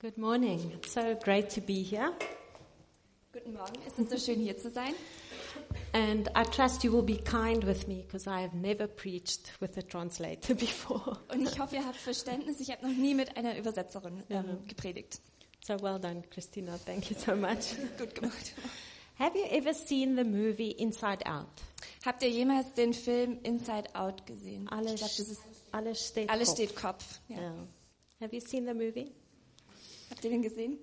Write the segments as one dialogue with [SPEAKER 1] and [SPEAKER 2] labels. [SPEAKER 1] Good morning. It's so great to be here.
[SPEAKER 2] Guten Morgen, es ist so schön hier zu sein.
[SPEAKER 1] And I trust you will be kind with me because I have never preached with a translator before.
[SPEAKER 2] Und ich hoffe, ihr habt Verständnis. Ich habe noch nie mit einer Übersetzerin ähm, gepredigt.
[SPEAKER 1] So well done, Christina. Thank you so much.
[SPEAKER 2] Gut gemacht.
[SPEAKER 1] Have you ever seen the movie Inside Out?
[SPEAKER 2] Habt ihr jemals den Film Inside Out gesehen? ich glaube, das ist
[SPEAKER 1] alles steht
[SPEAKER 2] Alles
[SPEAKER 1] Kopf.
[SPEAKER 2] steht Kopf. Ja.
[SPEAKER 1] Yeah. Have you seen the movie?
[SPEAKER 2] Habt ihr den gesehen?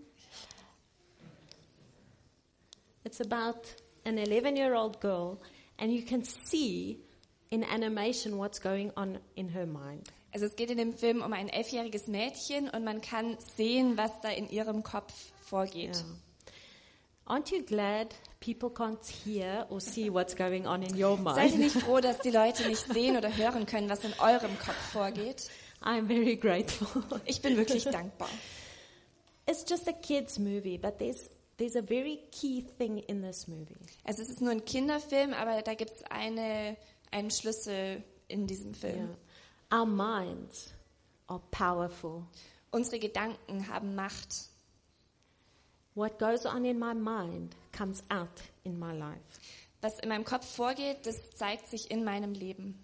[SPEAKER 1] It's about an 11 year old girl, and you can see in animation what's going on in her mind.
[SPEAKER 2] Also es geht in dem Film um ein elfjähriges Mädchen und man kann sehen, was da in ihrem Kopf vorgeht.
[SPEAKER 1] Yeah. Um, Aren't you glad people can't hear or see what's going on in your
[SPEAKER 2] Seid ihr
[SPEAKER 1] mind?
[SPEAKER 2] nicht froh, dass die Leute nicht sehen oder hören können, was in eurem Kopf vorgeht?
[SPEAKER 1] I'm very grateful.
[SPEAKER 2] Ich bin wirklich dankbar.
[SPEAKER 1] It's just a kids movie, but there's there's a very key thing in this movie.
[SPEAKER 2] Also es ist nur ein Kinderfilm, aber da gibt es eine, einen Schlüssel in diesem Film.
[SPEAKER 1] Our minds are powerful.
[SPEAKER 2] Unsere Gedanken haben Macht.
[SPEAKER 1] What goes on in my mind comes out in my life.
[SPEAKER 2] Was in meinem Kopf vorgeht, das zeigt sich in meinem Leben.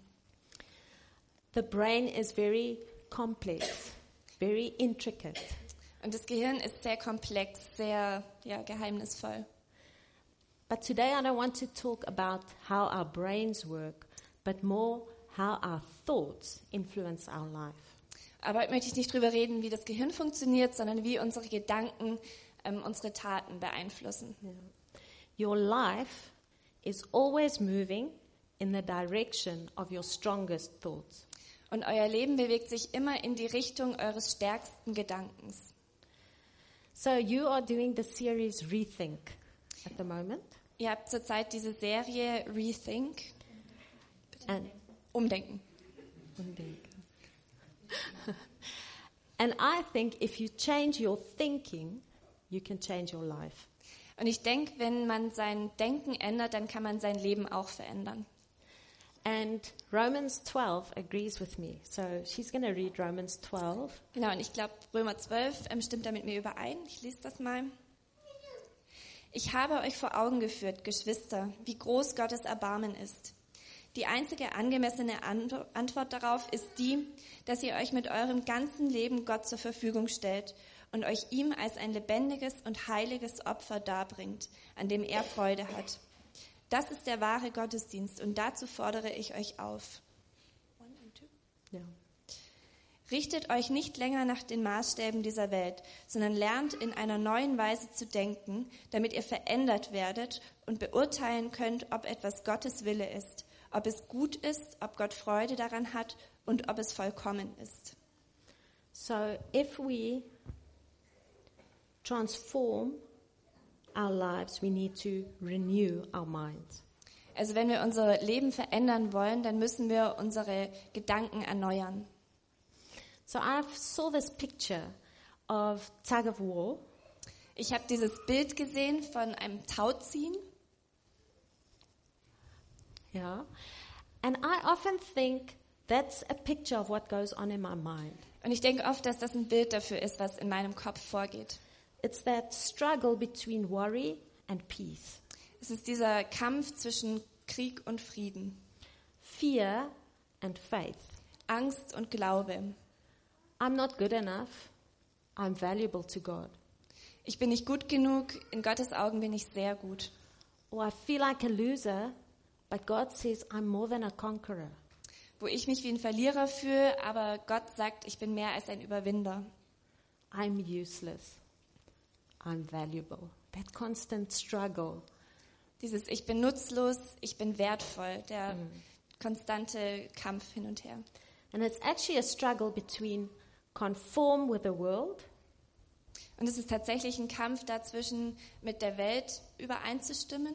[SPEAKER 1] The brain is very complex, very intricate.
[SPEAKER 2] Und das Gehirn ist sehr komplex, sehr ja, geheimnisvoll.
[SPEAKER 1] But today I don't want to talk about how our brains work, but more how our thoughts influence our life.
[SPEAKER 2] Aber heute möchte ich nicht drüber reden, wie das Gehirn funktioniert, sondern wie unsere Gedanken ähm, unsere Taten beeinflussen.
[SPEAKER 1] Your life is always moving in the direction of your strongest thoughts.
[SPEAKER 2] Und euer Leben bewegt sich immer in die Richtung eures stärksten Gedankens.
[SPEAKER 1] So you are doing the series Rethink at the moment.
[SPEAKER 2] Ihr habt zurzeit diese Serie Rethink,
[SPEAKER 1] And,
[SPEAKER 2] Umdenken.
[SPEAKER 1] and I think if you change your thinking, you can change your life.
[SPEAKER 2] Und ich denke, wenn man sein Denken ändert, dann kann man sein Leben auch verändern.
[SPEAKER 1] And Romans 12 agrees with me. So she's going to read Romans 12.
[SPEAKER 2] Genau, und ich glaube, Römer 12 ähm, stimmt da mit mir überein. Ich lese das mal. Ich habe euch vor Augen geführt, Geschwister, wie groß Gottes Erbarmen ist. Die einzige angemessene Ant- Antwort darauf ist die, dass ihr euch mit eurem ganzen Leben Gott zur Verfügung stellt und euch ihm als ein lebendiges und heiliges Opfer darbringt, an dem er Freude hat. Das ist der wahre Gottesdienst und dazu fordere ich euch auf.
[SPEAKER 1] Yeah.
[SPEAKER 2] Richtet euch nicht länger nach den Maßstäben dieser Welt, sondern lernt in einer neuen Weise zu denken, damit ihr verändert werdet und beurteilen könnt, ob etwas Gottes Wille ist, ob es gut ist, ob Gott Freude daran hat und ob es vollkommen ist.
[SPEAKER 1] So if we transform our lives, we need to renew our minds.
[SPEAKER 2] Also wenn wir unser Leben verändern wollen, dann müssen wir unsere Gedanken erneuern.
[SPEAKER 1] So I saw this picture of tug of war,
[SPEAKER 2] Ich habe dieses Bild gesehen von einem Tauziehen
[SPEAKER 1] yeah, and I often think that's a picture of what goes on in my mind.
[SPEAKER 2] und ich denke oft, dass das ein Bild dafür ist, was in meinem Kopf vorgeht.
[SPEAKER 1] It's that struggle between worry and peace,
[SPEAKER 2] Es ist dieser Kampf zwischen Krieg und Frieden,
[SPEAKER 1] fear and faith.
[SPEAKER 2] Angst und Glaube.
[SPEAKER 1] I'm not good enough. I'm valuable to God.
[SPEAKER 2] Ich bin nicht gut genug, in Gottes Augen bin ich sehr gut.
[SPEAKER 1] Or I feel like a loser, but God says I'm more than a conqueror.
[SPEAKER 2] Wo ich mich wie ein Verlierer fühle, aber Gott sagt, ich bin mehr als ein Überwinder.
[SPEAKER 1] I'm useless. I'm valuable. That constant struggle.
[SPEAKER 2] Dieses Ich bin nutzlos, ich bin wertvoll, der konstante Kampf hin und her.
[SPEAKER 1] And it's actually a struggle between conform with the world
[SPEAKER 2] Und es ist tatsächlich ein Kampf dazwischen, mit der Welt übereinzustimmen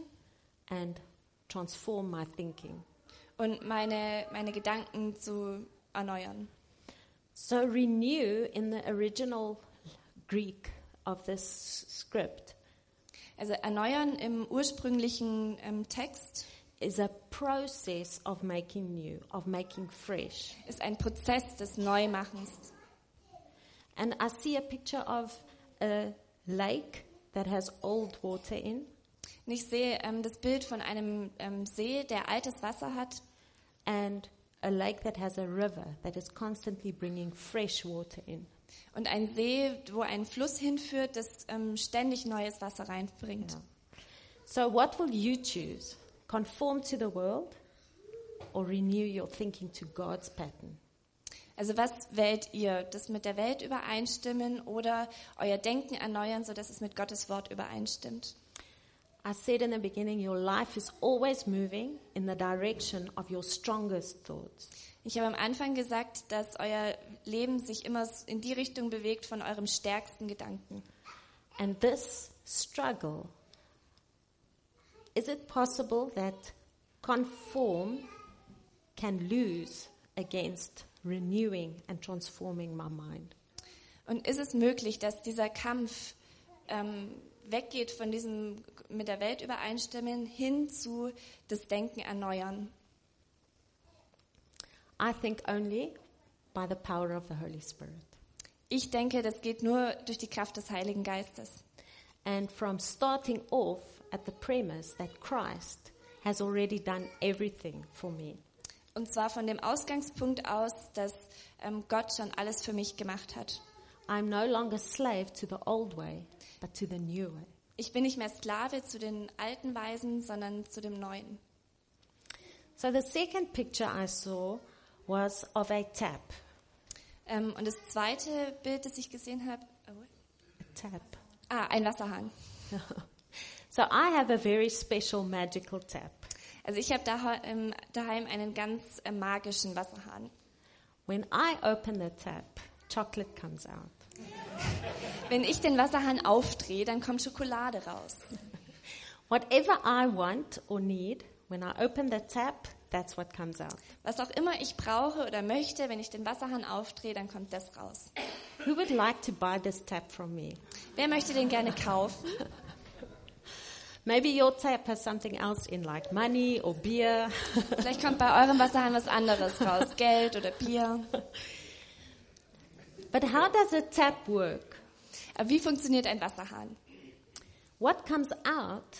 [SPEAKER 1] and transform my thinking.
[SPEAKER 2] und meine, meine Gedanken zu erneuern.
[SPEAKER 1] So renew in the original Greek of this script
[SPEAKER 2] Also erneuern im ursprünglichen ähm, Text
[SPEAKER 1] is a process of making new, of making fresh.
[SPEAKER 2] ist ein Prozess des Neumachens.
[SPEAKER 1] And I see a picture of a lake that has old water in,
[SPEAKER 2] Und ich sehe ähm, das Bild von einem ähm, See, der altes Wasser hat
[SPEAKER 1] and a lake that has a river that is constantly bringing fresh water in.
[SPEAKER 2] und ein See, wo ein Fluss hinführt, das ähm, ständig neues Wasser reinbringt.
[SPEAKER 1] So, what will you choose? Conform to the world or renew your thinking to God's pattern?
[SPEAKER 2] Also was wählt ihr? Das mit der Welt übereinstimmen oder euer Denken erneuern, sodass es mit Gottes Wort übereinstimmt?
[SPEAKER 1] I said in the beginning, your life is always moving in the direction of your strongest thoughts.
[SPEAKER 2] Ich habe am Anfang gesagt, dass euer Leben sich immer in die Richtung bewegt von eurem stärksten Gedanken.
[SPEAKER 1] And this struggle, is it possible that conform can lose against renewing and transforming my mind?
[SPEAKER 2] Und ist es möglich, dass dieser Kampf ähm, weggeht von diesem mit der Welt übereinstimmen hin zu das Denken erneuern?
[SPEAKER 1] I think only by the power of the Holy Spirit.
[SPEAKER 2] Ich denke, das geht nur durch die Kraft des Heiligen Geistes.
[SPEAKER 1] And from starting off at the premise that Christ has already done everything for me,
[SPEAKER 2] Und zwar von dem Ausgangspunkt aus, dass ähm, Gott schon alles für mich gemacht hat.
[SPEAKER 1] I'm no longer slave to the old way, but to the new way.
[SPEAKER 2] Ich bin nicht mehr Sklave zu den alten Weisen, sondern zu dem Neuen.
[SPEAKER 1] So the second picture I saw was of a tap.
[SPEAKER 2] Ähm, und das zweite Bild, das ich gesehen habe, oh,
[SPEAKER 1] A tap.
[SPEAKER 2] ah, ein Wasserhahn.
[SPEAKER 1] So I have a very special magical tap.
[SPEAKER 2] Also ich habe dahe- ähm, daheim einen ganz äh, magischen Wasserhahn.
[SPEAKER 1] When I open the tap, chocolate comes out.
[SPEAKER 2] Wenn ich den Wasserhahn aufdrehe, dann kommt Schokolade raus.
[SPEAKER 1] Whatever I want or need, when I open the tap, that's what comes out.
[SPEAKER 2] Was auch immer ich brauche oder möchte, wenn ich den Wasserhahn aufdrehe, dann kommt das raus.
[SPEAKER 1] Who would like to buy this tap from me?
[SPEAKER 2] Wer möchte den gerne kaufen?
[SPEAKER 1] Maybe your tap has something else in, like money or beer.
[SPEAKER 2] Vielleicht kommt bei eurem Wasserhahn was anderes raus, Geld oder Bier.
[SPEAKER 1] but how does a tap work?
[SPEAKER 2] Aber wie funktioniert ein Wasserhahn?
[SPEAKER 1] What comes out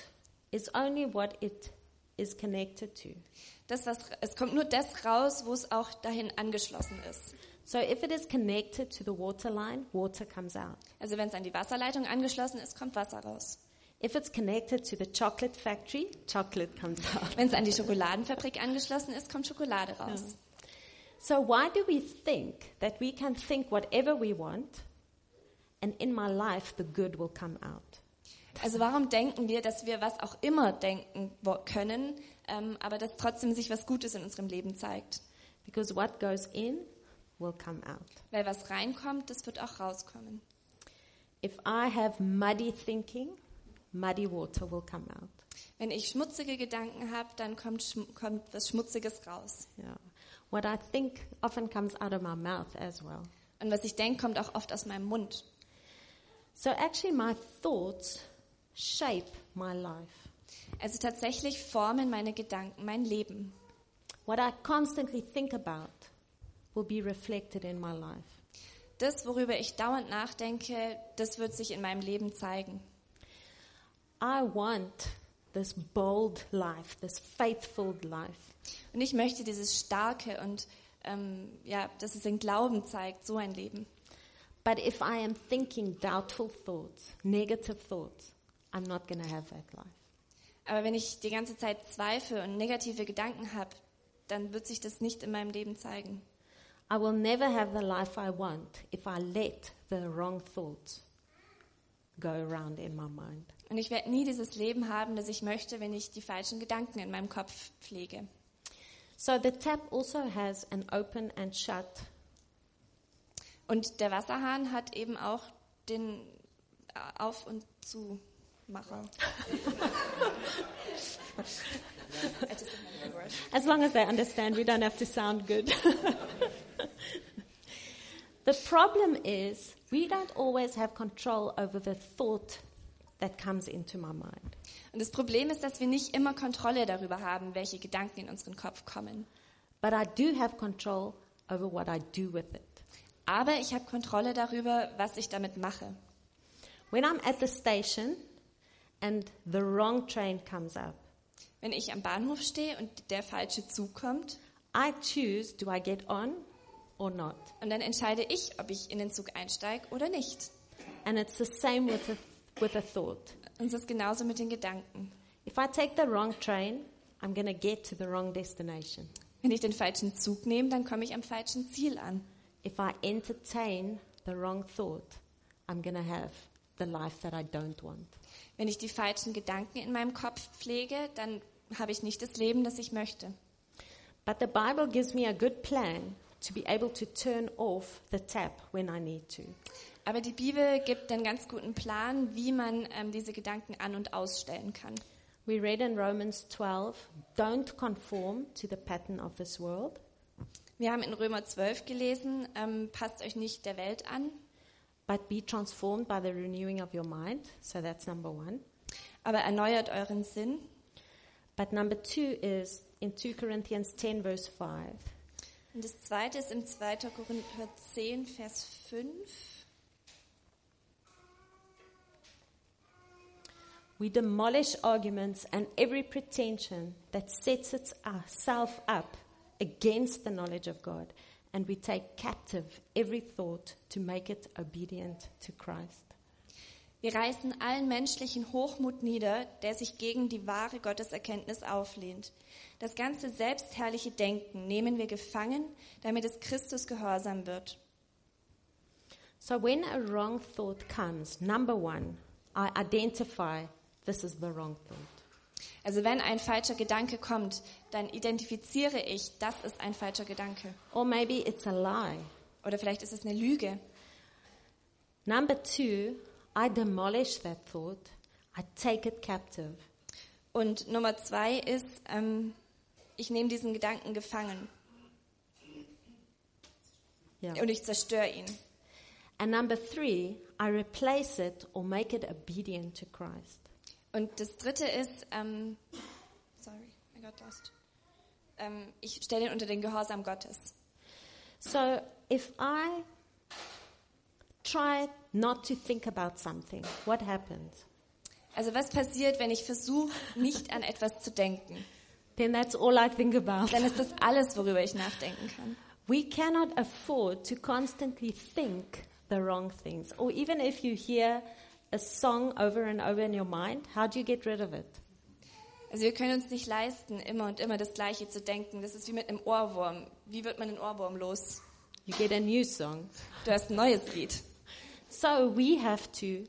[SPEAKER 1] is only what it is connected to.
[SPEAKER 2] Das, was, es kommt nur das raus, wo es auch dahin angeschlossen ist.
[SPEAKER 1] So if it is connected to the water line, water comes out.
[SPEAKER 2] Also wenn es an die Wasserleitung angeschlossen ist, kommt Wasser raus.
[SPEAKER 1] If it's connected to the chocolate factory, chocolate comes out.
[SPEAKER 2] Wenn es an die Schokoladenfabrik angeschlossen ist, kommt Schokolade raus.
[SPEAKER 1] So why do we think that we can think whatever we want and in my life the good will come out?
[SPEAKER 2] Also warum denken wir, dass wir was auch immer denken wo- können, ähm, aber dass trotzdem sich was Gutes in unserem Leben zeigt?
[SPEAKER 1] Because what goes in will come out.
[SPEAKER 2] Weil was reinkommt, das wird auch rauskommen.
[SPEAKER 1] If I have muddy thinking, muddy water will come out.
[SPEAKER 2] Wenn ich schmutzige Gedanken habe, dann kommt, schm- kommt was Schmutziges raus.
[SPEAKER 1] Yeah. What I think often comes out of my mouth as well.
[SPEAKER 2] Und was ich denke, kommt auch oft aus meinem Mund.
[SPEAKER 1] So actually, my thoughts shape my life.
[SPEAKER 2] Also tatsächlich formen meine Gedanken mein Leben.
[SPEAKER 1] What I constantly think about will be reflected in my life.
[SPEAKER 2] Das, worüber ich dauernd nachdenke, das wird sich in meinem Leben zeigen.
[SPEAKER 1] I want this bold life, this faithful life.
[SPEAKER 2] Und ich möchte dieses starke und ähm, ja, dass es den Glauben zeigt, so ein Leben.
[SPEAKER 1] But if I am thinking doubtful thoughts, negative thoughts, I'm not going to have that life.
[SPEAKER 2] Aber wenn ich die ganze Zeit Zweifel und negative Gedanken habe, dann wird sich das nicht in meinem Leben zeigen.
[SPEAKER 1] I will never have the life I want if I let the wrong thoughts go around in my mind.
[SPEAKER 2] Und ich werde nie dieses Leben haben, das ich möchte, wenn ich die falschen Gedanken in meinem Kopf pflege.
[SPEAKER 1] So the tap also has an open and shut
[SPEAKER 2] Und der Wasserhahn hat eben auch den Auf- und Zumacher.
[SPEAKER 1] As long as they understand, we don't have to sound good. the problem is, we don't always have control over the thought that comes into my mind.
[SPEAKER 2] Und das Problem ist, dass wir nicht immer Kontrolle darüber haben, welche Gedanken in unseren Kopf kommen.
[SPEAKER 1] But I do have control over what I do with it.
[SPEAKER 2] Aber ich habe Kontrolle darüber, was ich damit mache.
[SPEAKER 1] When I'm at the station and the wrong train comes up,
[SPEAKER 2] Wenn ich am Bahnhof stehe und der falsche Zug kommt,
[SPEAKER 1] I choose do I get on or not.
[SPEAKER 2] und dann entscheide ich, ob ich in den Zug einsteige oder nicht.
[SPEAKER 1] And it's the same with a, with a thought.
[SPEAKER 2] Und es ist genauso mit den Gedanken.
[SPEAKER 1] If I take the wrong train, I'm going to get to the wrong destination.
[SPEAKER 2] Wenn ich den falschen Zug nehme, dann komme ich am falschen Ziel an.
[SPEAKER 1] If I entertain the wrong thought, I'm going to have the life that I don't want.
[SPEAKER 2] Wenn ich die falschen Gedanken in meinem Kopf pflege, dann habe ich nicht das Leben, das ich möchte.
[SPEAKER 1] But the Bible gives me a good plan to be able to turn off the tap when I need to.
[SPEAKER 2] Aber die Bibel gibt einen ganz guten Plan, wie man ähm, diese Gedanken an- und ausstellen kann.
[SPEAKER 1] We read in Romans 12, don't conform to the pattern of this world,
[SPEAKER 2] Wir haben in Römer 12 gelesen, ähm, passt euch nicht der Welt an,
[SPEAKER 1] but be transformed by the renewing of your mind. So that's number one.
[SPEAKER 2] aber erneuert euren Sinn.
[SPEAKER 1] But number two is in 2 Corinthians 10, verse 5.
[SPEAKER 2] Und das zweite ist im 2. Korinther 10, Vers 5.
[SPEAKER 1] We demolish arguments and every pretension that sets itself up against the knowledge of God, and we take captive every thought to make it obedient to Christ.
[SPEAKER 2] Wir reißen allen menschlichen Hochmut nieder, der sich gegen die wahre Gotteserkenntnis auflehnt. Das ganze selbstherrliche Denken nehmen wir gefangen, damit es Christus gehorsam wird.
[SPEAKER 1] So when a wrong thought comes, number one, I identify this is the wrong thought.
[SPEAKER 2] Also wenn ein falscher Gedanke kommt, dann identifiziere ich, das ist ein falscher Gedanke.
[SPEAKER 1] Or maybe it's a lie.
[SPEAKER 2] Oder vielleicht ist es eine Lüge.
[SPEAKER 1] Number two, I demolish that thought. I take it captive.
[SPEAKER 2] Und Nummer zwei ist, ähm, ich nehme diesen Gedanken gefangen
[SPEAKER 1] Yeah.
[SPEAKER 2] und ich zerstöre ihn.
[SPEAKER 1] And number three, I replace it or make it obedient to Christ.
[SPEAKER 2] Und das dritte ist, ähm, sorry, I got lost. Ähm, ich stelle ihn unter den Gehorsam Gottes.
[SPEAKER 1] So if I try not to think about something, what happens?
[SPEAKER 2] Also was passiert, wenn ich versuche, nicht an etwas zu denken?
[SPEAKER 1] Then that's all I think about.
[SPEAKER 2] Dann ist das alles, worüber ich nachdenken kann.
[SPEAKER 1] We cannot afford to constantly think the wrong things. Or even if you hear a song over and over in your mind, how do you get rid of it?
[SPEAKER 2] Also wir können uns nicht leisten, immer und immer das Gleiche zu denken. Das ist wie mit einem Ohrwurm. Wie wird man einen Ohrwurm los?
[SPEAKER 1] You get a new song.
[SPEAKER 2] Du hast ein neues Lied.
[SPEAKER 1] So we have to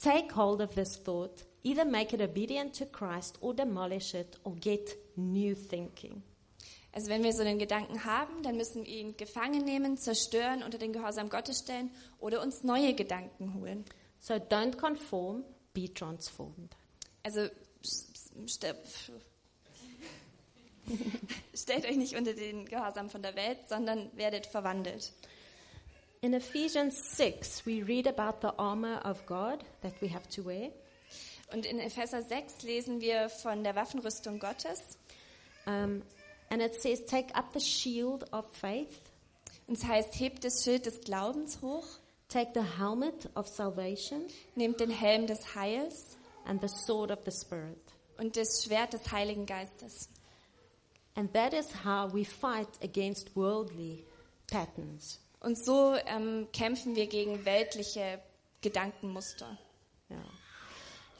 [SPEAKER 1] take hold of this thought, either make it obedient to Christ or demolish it or get new thinking.
[SPEAKER 2] Also wenn wir so einen Gedanken haben, dann müssen wir ihn gefangen nehmen, zerstören, unter den Gehorsam Gottes stellen oder uns neue Gedanken holen.
[SPEAKER 1] So don't conform, be transformed.
[SPEAKER 2] Also st- stellt euch nicht unter den Gehorsam von der Welt, sondern werdet verwandelt.
[SPEAKER 1] In Ephesians 6, we read about the armor of God that we have to wear.
[SPEAKER 2] Und in Epheser 6 lesen wir von der Waffenrüstung Gottes.
[SPEAKER 1] Um, and it says, Take up the shield of faith,
[SPEAKER 2] Und es heißt, hebt das Schild des Glaubens hoch,
[SPEAKER 1] take the helmet of salvation,
[SPEAKER 2] nehmt den Helm des Heils
[SPEAKER 1] and the sword of the Spirit.
[SPEAKER 2] und das Schwert des Heiligen Geistes.
[SPEAKER 1] And that is how we fight against worldly patterns.
[SPEAKER 2] Und so ähm, kämpfen wir gegen weltliche Gedankenmuster.
[SPEAKER 1] Yeah.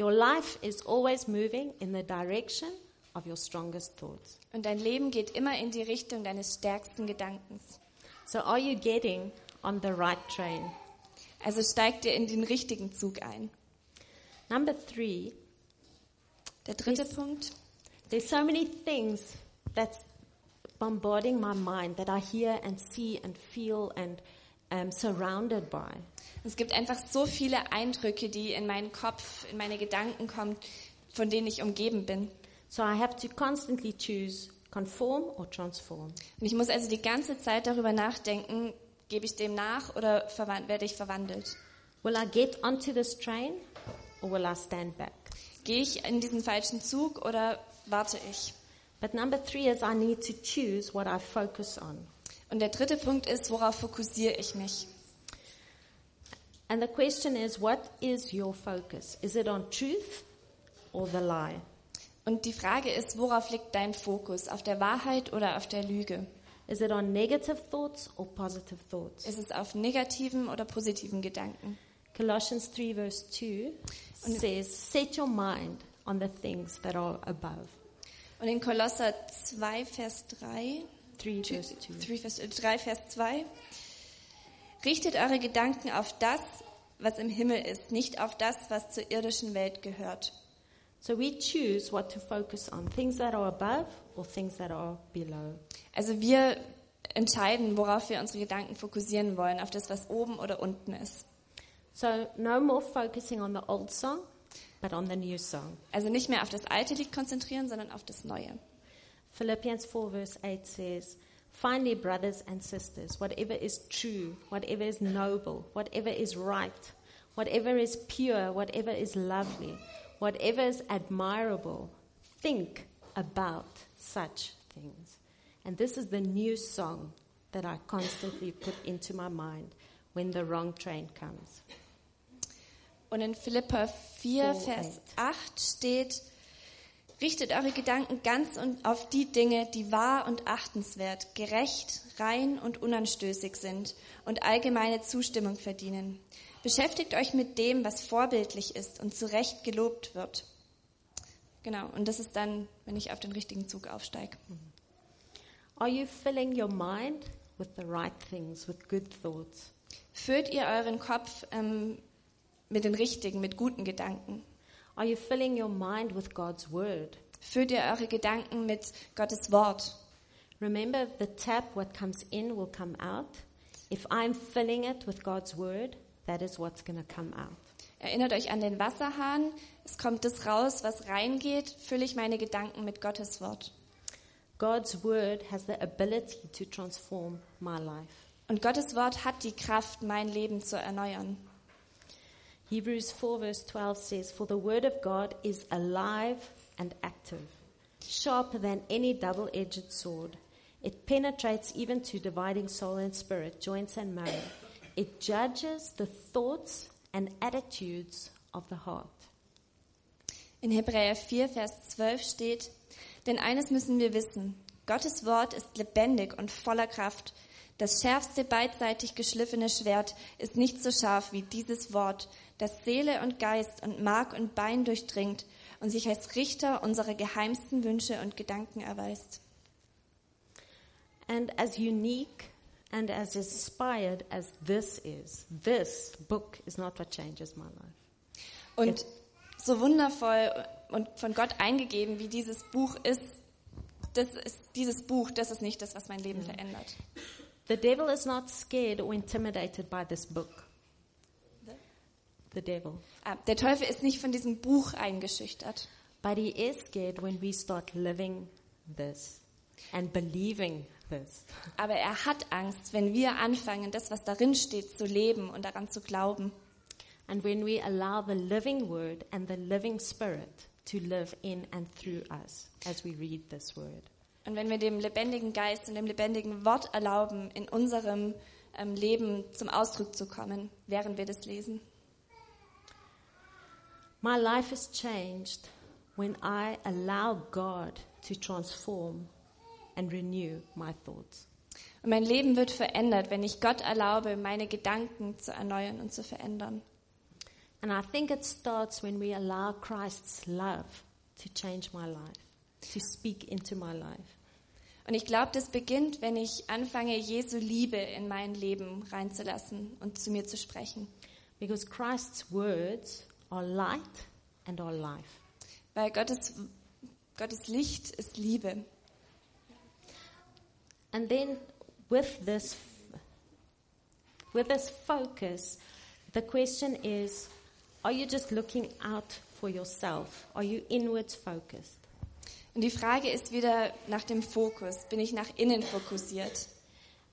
[SPEAKER 1] Your life is always moving in the direction of your strongest thoughts.
[SPEAKER 2] Und dein Leben geht immer in die Richtung deines stärksten Gedankens.
[SPEAKER 1] So, are you getting on the right train?
[SPEAKER 2] Also steig dir in den richtigen Zug ein.
[SPEAKER 1] Number three,
[SPEAKER 2] Der dritte Punkt.
[SPEAKER 1] There's so many things that's bombarding my mind that I hear and see and feel and am surrounded by.
[SPEAKER 2] Es gibt einfach so viele Eindrücke, die in meinen Kopf, in meine Gedanken kommen, von denen ich umgeben bin.
[SPEAKER 1] So I have to constantly choose conform or transform.
[SPEAKER 2] Und ich muss also die ganze Zeit darüber nachdenken, gebe ich dem nach oder verwan- werde ich verwandelt?
[SPEAKER 1] Will I get onto this train or will I stand back?
[SPEAKER 2] Gehe ich in diesen falschen Zug oder warte ich?
[SPEAKER 1] But number three is I need to choose what I focus on.
[SPEAKER 2] Und der dritte Punkt ist, worauf fokussiere ich mich?
[SPEAKER 1] And the question is, what is your focus? Is it on truth or the lie?
[SPEAKER 2] Und die Frage ist, worauf liegt dein Fokus? Auf der Wahrheit oder auf der Lüge?
[SPEAKER 1] Is it on negative thoughts or positive thoughts?
[SPEAKER 2] Ist es auf negativen oder positiven Gedanken?
[SPEAKER 1] Colossians 3, verse 2 says, Set your mind on the things that are above.
[SPEAKER 2] Und in Kolosser 2, Vers 3,
[SPEAKER 1] 3, verse 2.
[SPEAKER 2] 3, Vers, äh, 3, Vers 2, richtet eure Gedanken auf das, was im Himmel ist, nicht auf das, was zur irdischen Welt gehört.
[SPEAKER 1] So we choose what to focus on things that are above or things that are below.
[SPEAKER 2] Also wir entscheiden, worauf wir unsere Gedanken fokussieren wollen, auf das, was oben oder unten ist.
[SPEAKER 1] So no more focusing on the old song, but on the new song.
[SPEAKER 2] Also nicht mehr auf das alte Lied konzentrieren, sondern auf das neue.
[SPEAKER 1] Philippians 4, verse 8 says, Finally, brothers and sisters, whatever is true, whatever is noble, whatever is right, whatever is pure, whatever is lovely, whatever is admirable, think about such things. And this is the new song that I constantly put into my mind when the wrong train comes.
[SPEAKER 2] Und in Philippa 4,
[SPEAKER 1] So
[SPEAKER 2] Vers 8 steht, richtet eure Gedanken ganz und auf die Dinge, die wahr und achtenswert, gerecht, rein und unanstößig sind und allgemeine Zustimmung verdienen. Beschäftigt euch mit dem, was vorbildlich ist und zu Recht gelobt wird. Genau, und das ist dann, wenn ich auf den richtigen Zug aufsteige.
[SPEAKER 1] Are you filling your mind with the right things, with good thoughts?
[SPEAKER 2] Füllt ihr euren Kopf ähm, mit den richtigen, mit guten Gedanken?
[SPEAKER 1] Are you filling your mind with God's word?
[SPEAKER 2] Füllt ihr eure Gedanken mit Gottes Wort?
[SPEAKER 1] Remember the tap, what comes in will come out. If I'm filling it with God's word, that is what's going to come out.
[SPEAKER 2] Erinnert euch an den Wasserhahn. Es kommt das raus, was reingeht. Fülle ich meine Gedanken mit Gottes Wort.
[SPEAKER 1] God's word has the ability to transform my life.
[SPEAKER 2] Und Gottes Wort hat die Kraft, mein Leben zu erneuern.
[SPEAKER 1] Hebrews 4, verse 12 says, For the word of God is alive and active, sharper than any double edged sword. It penetrates even to dividing soul and spirit, joints and marrow. It judges the thoughts and attitudes of the heart.
[SPEAKER 2] In Hebräer 4, Vers 12 steht, denn eines müssen wir wissen. Gottes Wort ist lebendig und voller Kraft. Das schärfste beidseitig geschliffene Schwert ist nicht so scharf wie dieses Wort, das Seele und Geist und Mark und Bein durchdringt und sich als Richter unserer geheimsten Wünsche und Gedanken erweist.
[SPEAKER 1] And as unique and as inspired as this is, this book is not what changes my life.
[SPEAKER 2] Und so wundervoll und von Gott eingegeben, wie dieses Buch ist, das ist dieses Buch, das ist nicht das, was mein Leben verändert.
[SPEAKER 1] The devil is not scared or intimidated by this book.
[SPEAKER 2] The?
[SPEAKER 1] The devil.
[SPEAKER 2] Ah, Der Teufel ist nicht von diesem Buch eingeschüchtert,
[SPEAKER 1] But he is scared when we start living this and believing this.
[SPEAKER 2] aber er hat Angst, wenn wir anfangen, das, was darin steht, zu leben und daran zu glauben.
[SPEAKER 1] And when we allow the living word and the living spirit to live in and through us as we read this word.
[SPEAKER 2] Und wenn wir dem lebendigen Geist und dem lebendigen Wort erlauben, in unserem ähm, Leben zum Ausdruck zu kommen, während wir das lesen.
[SPEAKER 1] My life is changed when I allow God to transform and renew my thoughts.
[SPEAKER 2] Und mein Leben wird verändert, wenn ich Gott erlaube, meine Gedanken zu erneuern und zu verändern.
[SPEAKER 1] And I think it starts when we allow Christ's love to change my life, to speak into my life.
[SPEAKER 2] Und ich glaube, das beginnt, wenn ich anfange, Jesu Liebe in mein Leben reinzulassen und zu mir zu sprechen.
[SPEAKER 1] Because Christ's words are light and are life.
[SPEAKER 2] Weil Gottes, Gottes Licht ist Liebe.
[SPEAKER 1] And then with this with this focus, the question is are you just looking out for yourself? Are you inwards focused?
[SPEAKER 2] Und die Frage ist wieder nach dem Fokus. Bin ich nach innen fokussiert?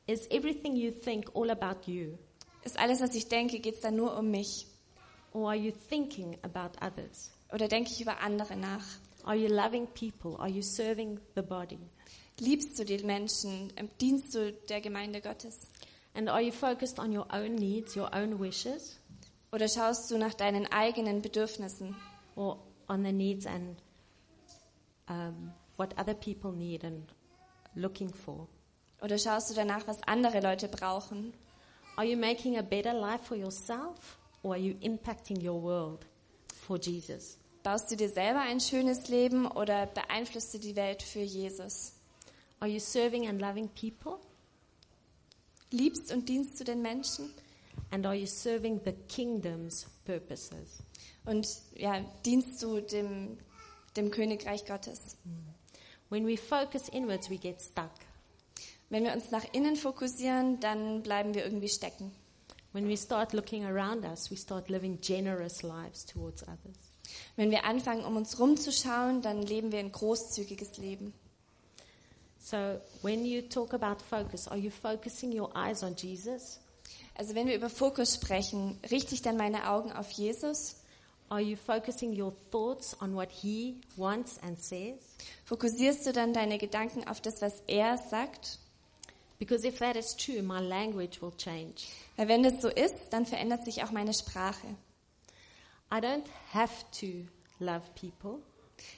[SPEAKER 1] Is everything you think all about you?
[SPEAKER 2] Ist alles, was ich denke, geht es dann nur um mich?
[SPEAKER 1] Or are you thinking about others?
[SPEAKER 2] Oder denke ich über andere nach?
[SPEAKER 1] Are you loving people? Are you serving the body?
[SPEAKER 2] Liebst du die Menschen? Dienst du der Gemeinde Gottes?
[SPEAKER 1] And are you focused on your own needs, your own wishes?
[SPEAKER 2] Oder schaust du nach deinen eigenen Bedürfnissen?
[SPEAKER 1] or on the needs and um, what other people need and looking for?
[SPEAKER 2] Oder schaust du danach, was andere Leute brauchen?
[SPEAKER 1] Are you making a better life for yourself or are you impacting your world for Jesus?
[SPEAKER 2] Baust du dir selber ein schönes Leben oder beeinflusst du die Welt für Jesus?
[SPEAKER 1] Are you serving and loving people?
[SPEAKER 2] Liebst und dienst du den Menschen?
[SPEAKER 1] And are you serving the kingdom's purposes?
[SPEAKER 2] Und ja, dienst du dem, dem Königreich Gottes?
[SPEAKER 1] When we focus inwards, we get stuck.
[SPEAKER 2] Wenn wir uns nach innen fokussieren, dann bleiben wir irgendwie stecken.
[SPEAKER 1] When we start looking around us, we start living generous lives towards others.
[SPEAKER 2] Wenn wir anfangen, um uns rumzuschauen, dann leben wir ein großzügiges Leben.
[SPEAKER 1] So, when you talk about focus, are you focusing your eyes on Jesus?
[SPEAKER 2] Also wenn wir über Fokus sprechen, richte ich dann meine Augen auf Jesus?
[SPEAKER 1] Are you focusing your thoughts on what He wants and says?
[SPEAKER 2] Fokussierst du dann deine Gedanken auf das, was er sagt?
[SPEAKER 1] Because if that is true, my language will change.
[SPEAKER 2] Weil wenn das so ist, dann verändert sich auch meine Sprache.
[SPEAKER 1] I don't have to love people,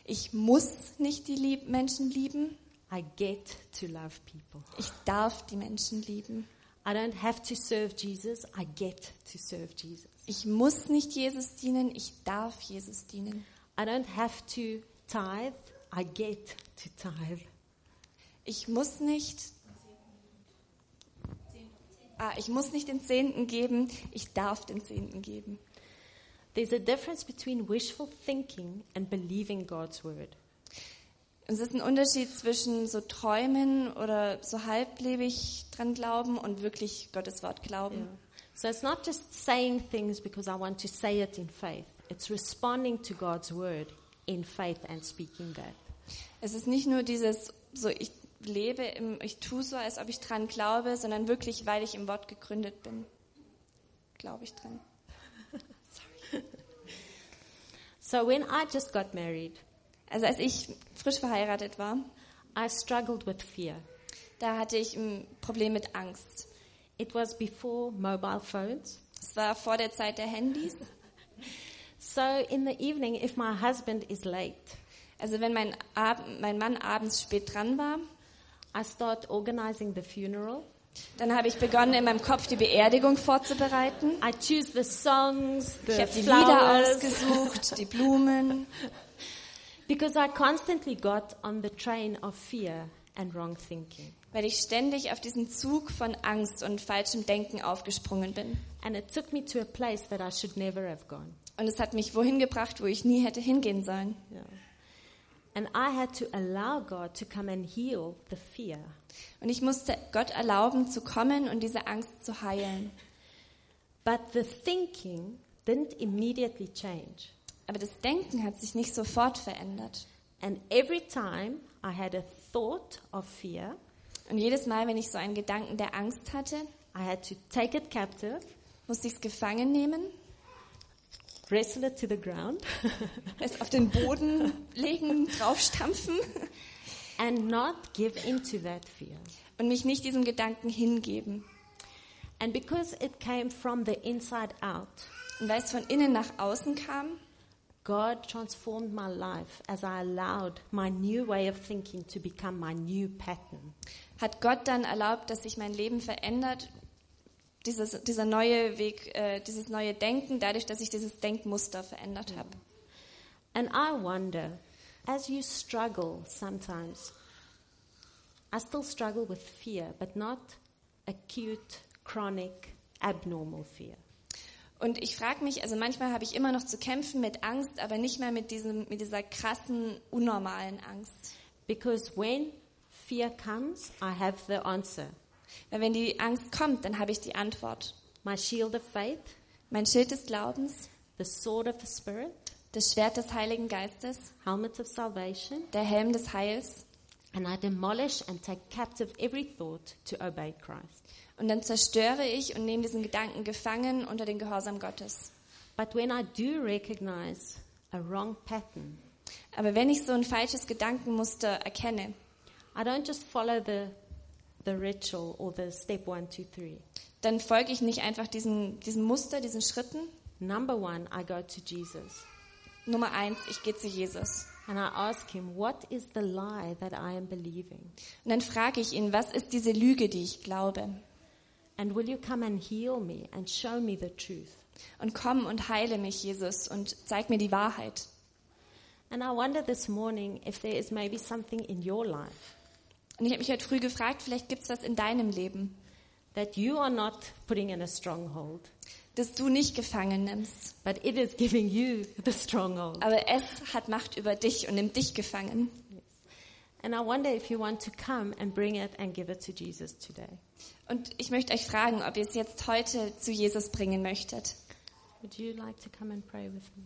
[SPEAKER 2] Ich muss nicht die lieb Menschen lieben,
[SPEAKER 1] I get to love people.
[SPEAKER 2] ich darf die Menschen lieben.
[SPEAKER 1] I don't have to serve Jesus, I get to serve Jesus.
[SPEAKER 2] Ich muss nicht Jesus dienen, ich darf Jesus dienen.
[SPEAKER 1] I don't have to tithe, I get to tithe.
[SPEAKER 2] Ich muss nicht Ah, ich muss nicht den Zehnten geben, ich darf den Zehnten geben.
[SPEAKER 1] There's a difference between wishful thinking and believing God's word.
[SPEAKER 2] Und Es ist ein Unterschied zwischen so träumen oder so halblebig dran glauben und wirklich Gottes Wort glauben.
[SPEAKER 1] So it's not just saying things because I want to say it in faith. It's responding to God's word in faith and speaking that.
[SPEAKER 2] Es ist nicht nur dieses so ich lebe im ich tue so, als ob ich dran glaube, sondern wirklich, weil ich im Wort gegründet bin. Glaube ich dran.
[SPEAKER 1] So when I just got married,
[SPEAKER 2] Also als ich frisch verheiratet war,
[SPEAKER 1] I struggled with fear.
[SPEAKER 2] da hatte ich ein Problem mit Angst.
[SPEAKER 1] It was before mobile phones.
[SPEAKER 2] Es war vor der Zeit der Handys.
[SPEAKER 1] So in the evening, if my husband is late,
[SPEAKER 2] Also wenn mein, Ab mein Mann abends spät dran war,
[SPEAKER 1] I start organizing the funeral.
[SPEAKER 2] dann habe ich begonnen, in meinem Kopf die Beerdigung vorzubereiten.
[SPEAKER 1] I choose the songs,
[SPEAKER 2] Ich
[SPEAKER 1] the
[SPEAKER 2] habe die Lieder
[SPEAKER 1] flowers,
[SPEAKER 2] ausgesucht, die Blumen,
[SPEAKER 1] because I constantly got on the train of fear and wrong thinking.
[SPEAKER 2] weil ich ständig auf diesen Zug von Angst und falschem Denken aufgesprungen bin.
[SPEAKER 1] And it took me to a place that I should never have gone.
[SPEAKER 2] Und es hat mich wohin gebracht, wo ich nie hätte hingehen sollen.
[SPEAKER 1] Yeah. And I had to allow God to come and heal the fear.
[SPEAKER 2] Und ich musste Gott erlauben, zu kommen und diese Angst zu heilen.
[SPEAKER 1] But the thinking didn't immediately change.
[SPEAKER 2] Aber das Denken hat sich nicht sofort verändert.
[SPEAKER 1] And every time I had a thought of fear,
[SPEAKER 2] Und jedes Mal, wenn ich so einen Gedanken der Angst hatte,
[SPEAKER 1] I had to take it captive,
[SPEAKER 2] musste ich es gefangen nehmen,
[SPEAKER 1] wrestle it to the ground,
[SPEAKER 2] es auf den Boden legen, draufstampfen
[SPEAKER 1] and not give into that fear.
[SPEAKER 2] und mich nicht diesem Gedanken hingeben.
[SPEAKER 1] And because it came from the inside out,
[SPEAKER 2] Und weil es von innen nach außen kam,
[SPEAKER 1] God transformed my life as I allowed my new way of thinking to become my new pattern.
[SPEAKER 2] hat Gott dann erlaubt, dass sich mein Leben verändert, dieses, dieser neue Weg, äh, dieses neue Denken, dadurch, dass ich dieses Denkmuster verändert habe.
[SPEAKER 1] And I wonder, as you struggle sometimes, I still struggle with fear, but not acute, chronic, abnormal fear.
[SPEAKER 2] Und ich frage mich, also manchmal habe ich immer noch zu kämpfen mit Angst, aber nicht mehr mit, diesem, mit dieser krassen, unnormalen Angst.
[SPEAKER 1] Because when fear comes, I have the answer
[SPEAKER 2] Weil wenn die Angst kommt, dann habe ich die Antwort.
[SPEAKER 1] my shield of faith,
[SPEAKER 2] Mein Schild des Glaubens,
[SPEAKER 1] the sword of the Spirit,
[SPEAKER 2] das Schwert des Heiligen Geistes,
[SPEAKER 1] helmet of salvation,
[SPEAKER 2] der Helm des Heils.
[SPEAKER 1] and I demolish and take captive every thought to obey Christ.
[SPEAKER 2] Und dann zerstöre ich und nehme diesen Gedanken gefangen unter den Gehorsam Gottes.
[SPEAKER 1] But when I do recognize a wrong pattern,
[SPEAKER 2] Aber wenn ich so ein falsches Gedankenmuster erkenne,
[SPEAKER 1] I don't just follow the the ritual or the step one, two, three.
[SPEAKER 2] dann folge ich nicht einfach diesen, diesem Muster, diesen Schritten,
[SPEAKER 1] Number one, I go to Jesus
[SPEAKER 2] Nummer eins, ich gehe zu Jesus.
[SPEAKER 1] and I ask him, What is the lie that I am believing?
[SPEAKER 2] Und dann frage ich ihn, was ist diese Lüge, die ich glaube?
[SPEAKER 1] And will you come and heal me and show me the truth?
[SPEAKER 2] Und komm und heile mich, Jesus, und zeig mir die Wahrheit.
[SPEAKER 1] And I wonder this morning if there is maybe something in your life
[SPEAKER 2] Und ich habe mich heute früh gefragt, vielleicht gibt's was in deinem Leben,
[SPEAKER 1] that you are not putting in a stronghold,
[SPEAKER 2] das du nicht gefangen nimmst.
[SPEAKER 1] but it is giving you the stronghold.
[SPEAKER 2] Aber es hat Macht über dich und nimmt dich gefangen.
[SPEAKER 1] And I wonder if you want to come and bring it and give it to Jesus today.
[SPEAKER 2] Und ich möchte euch fragen, ob ihr es jetzt heute zu Jesus bringen möchtet.
[SPEAKER 1] Would you like to come and pray with me?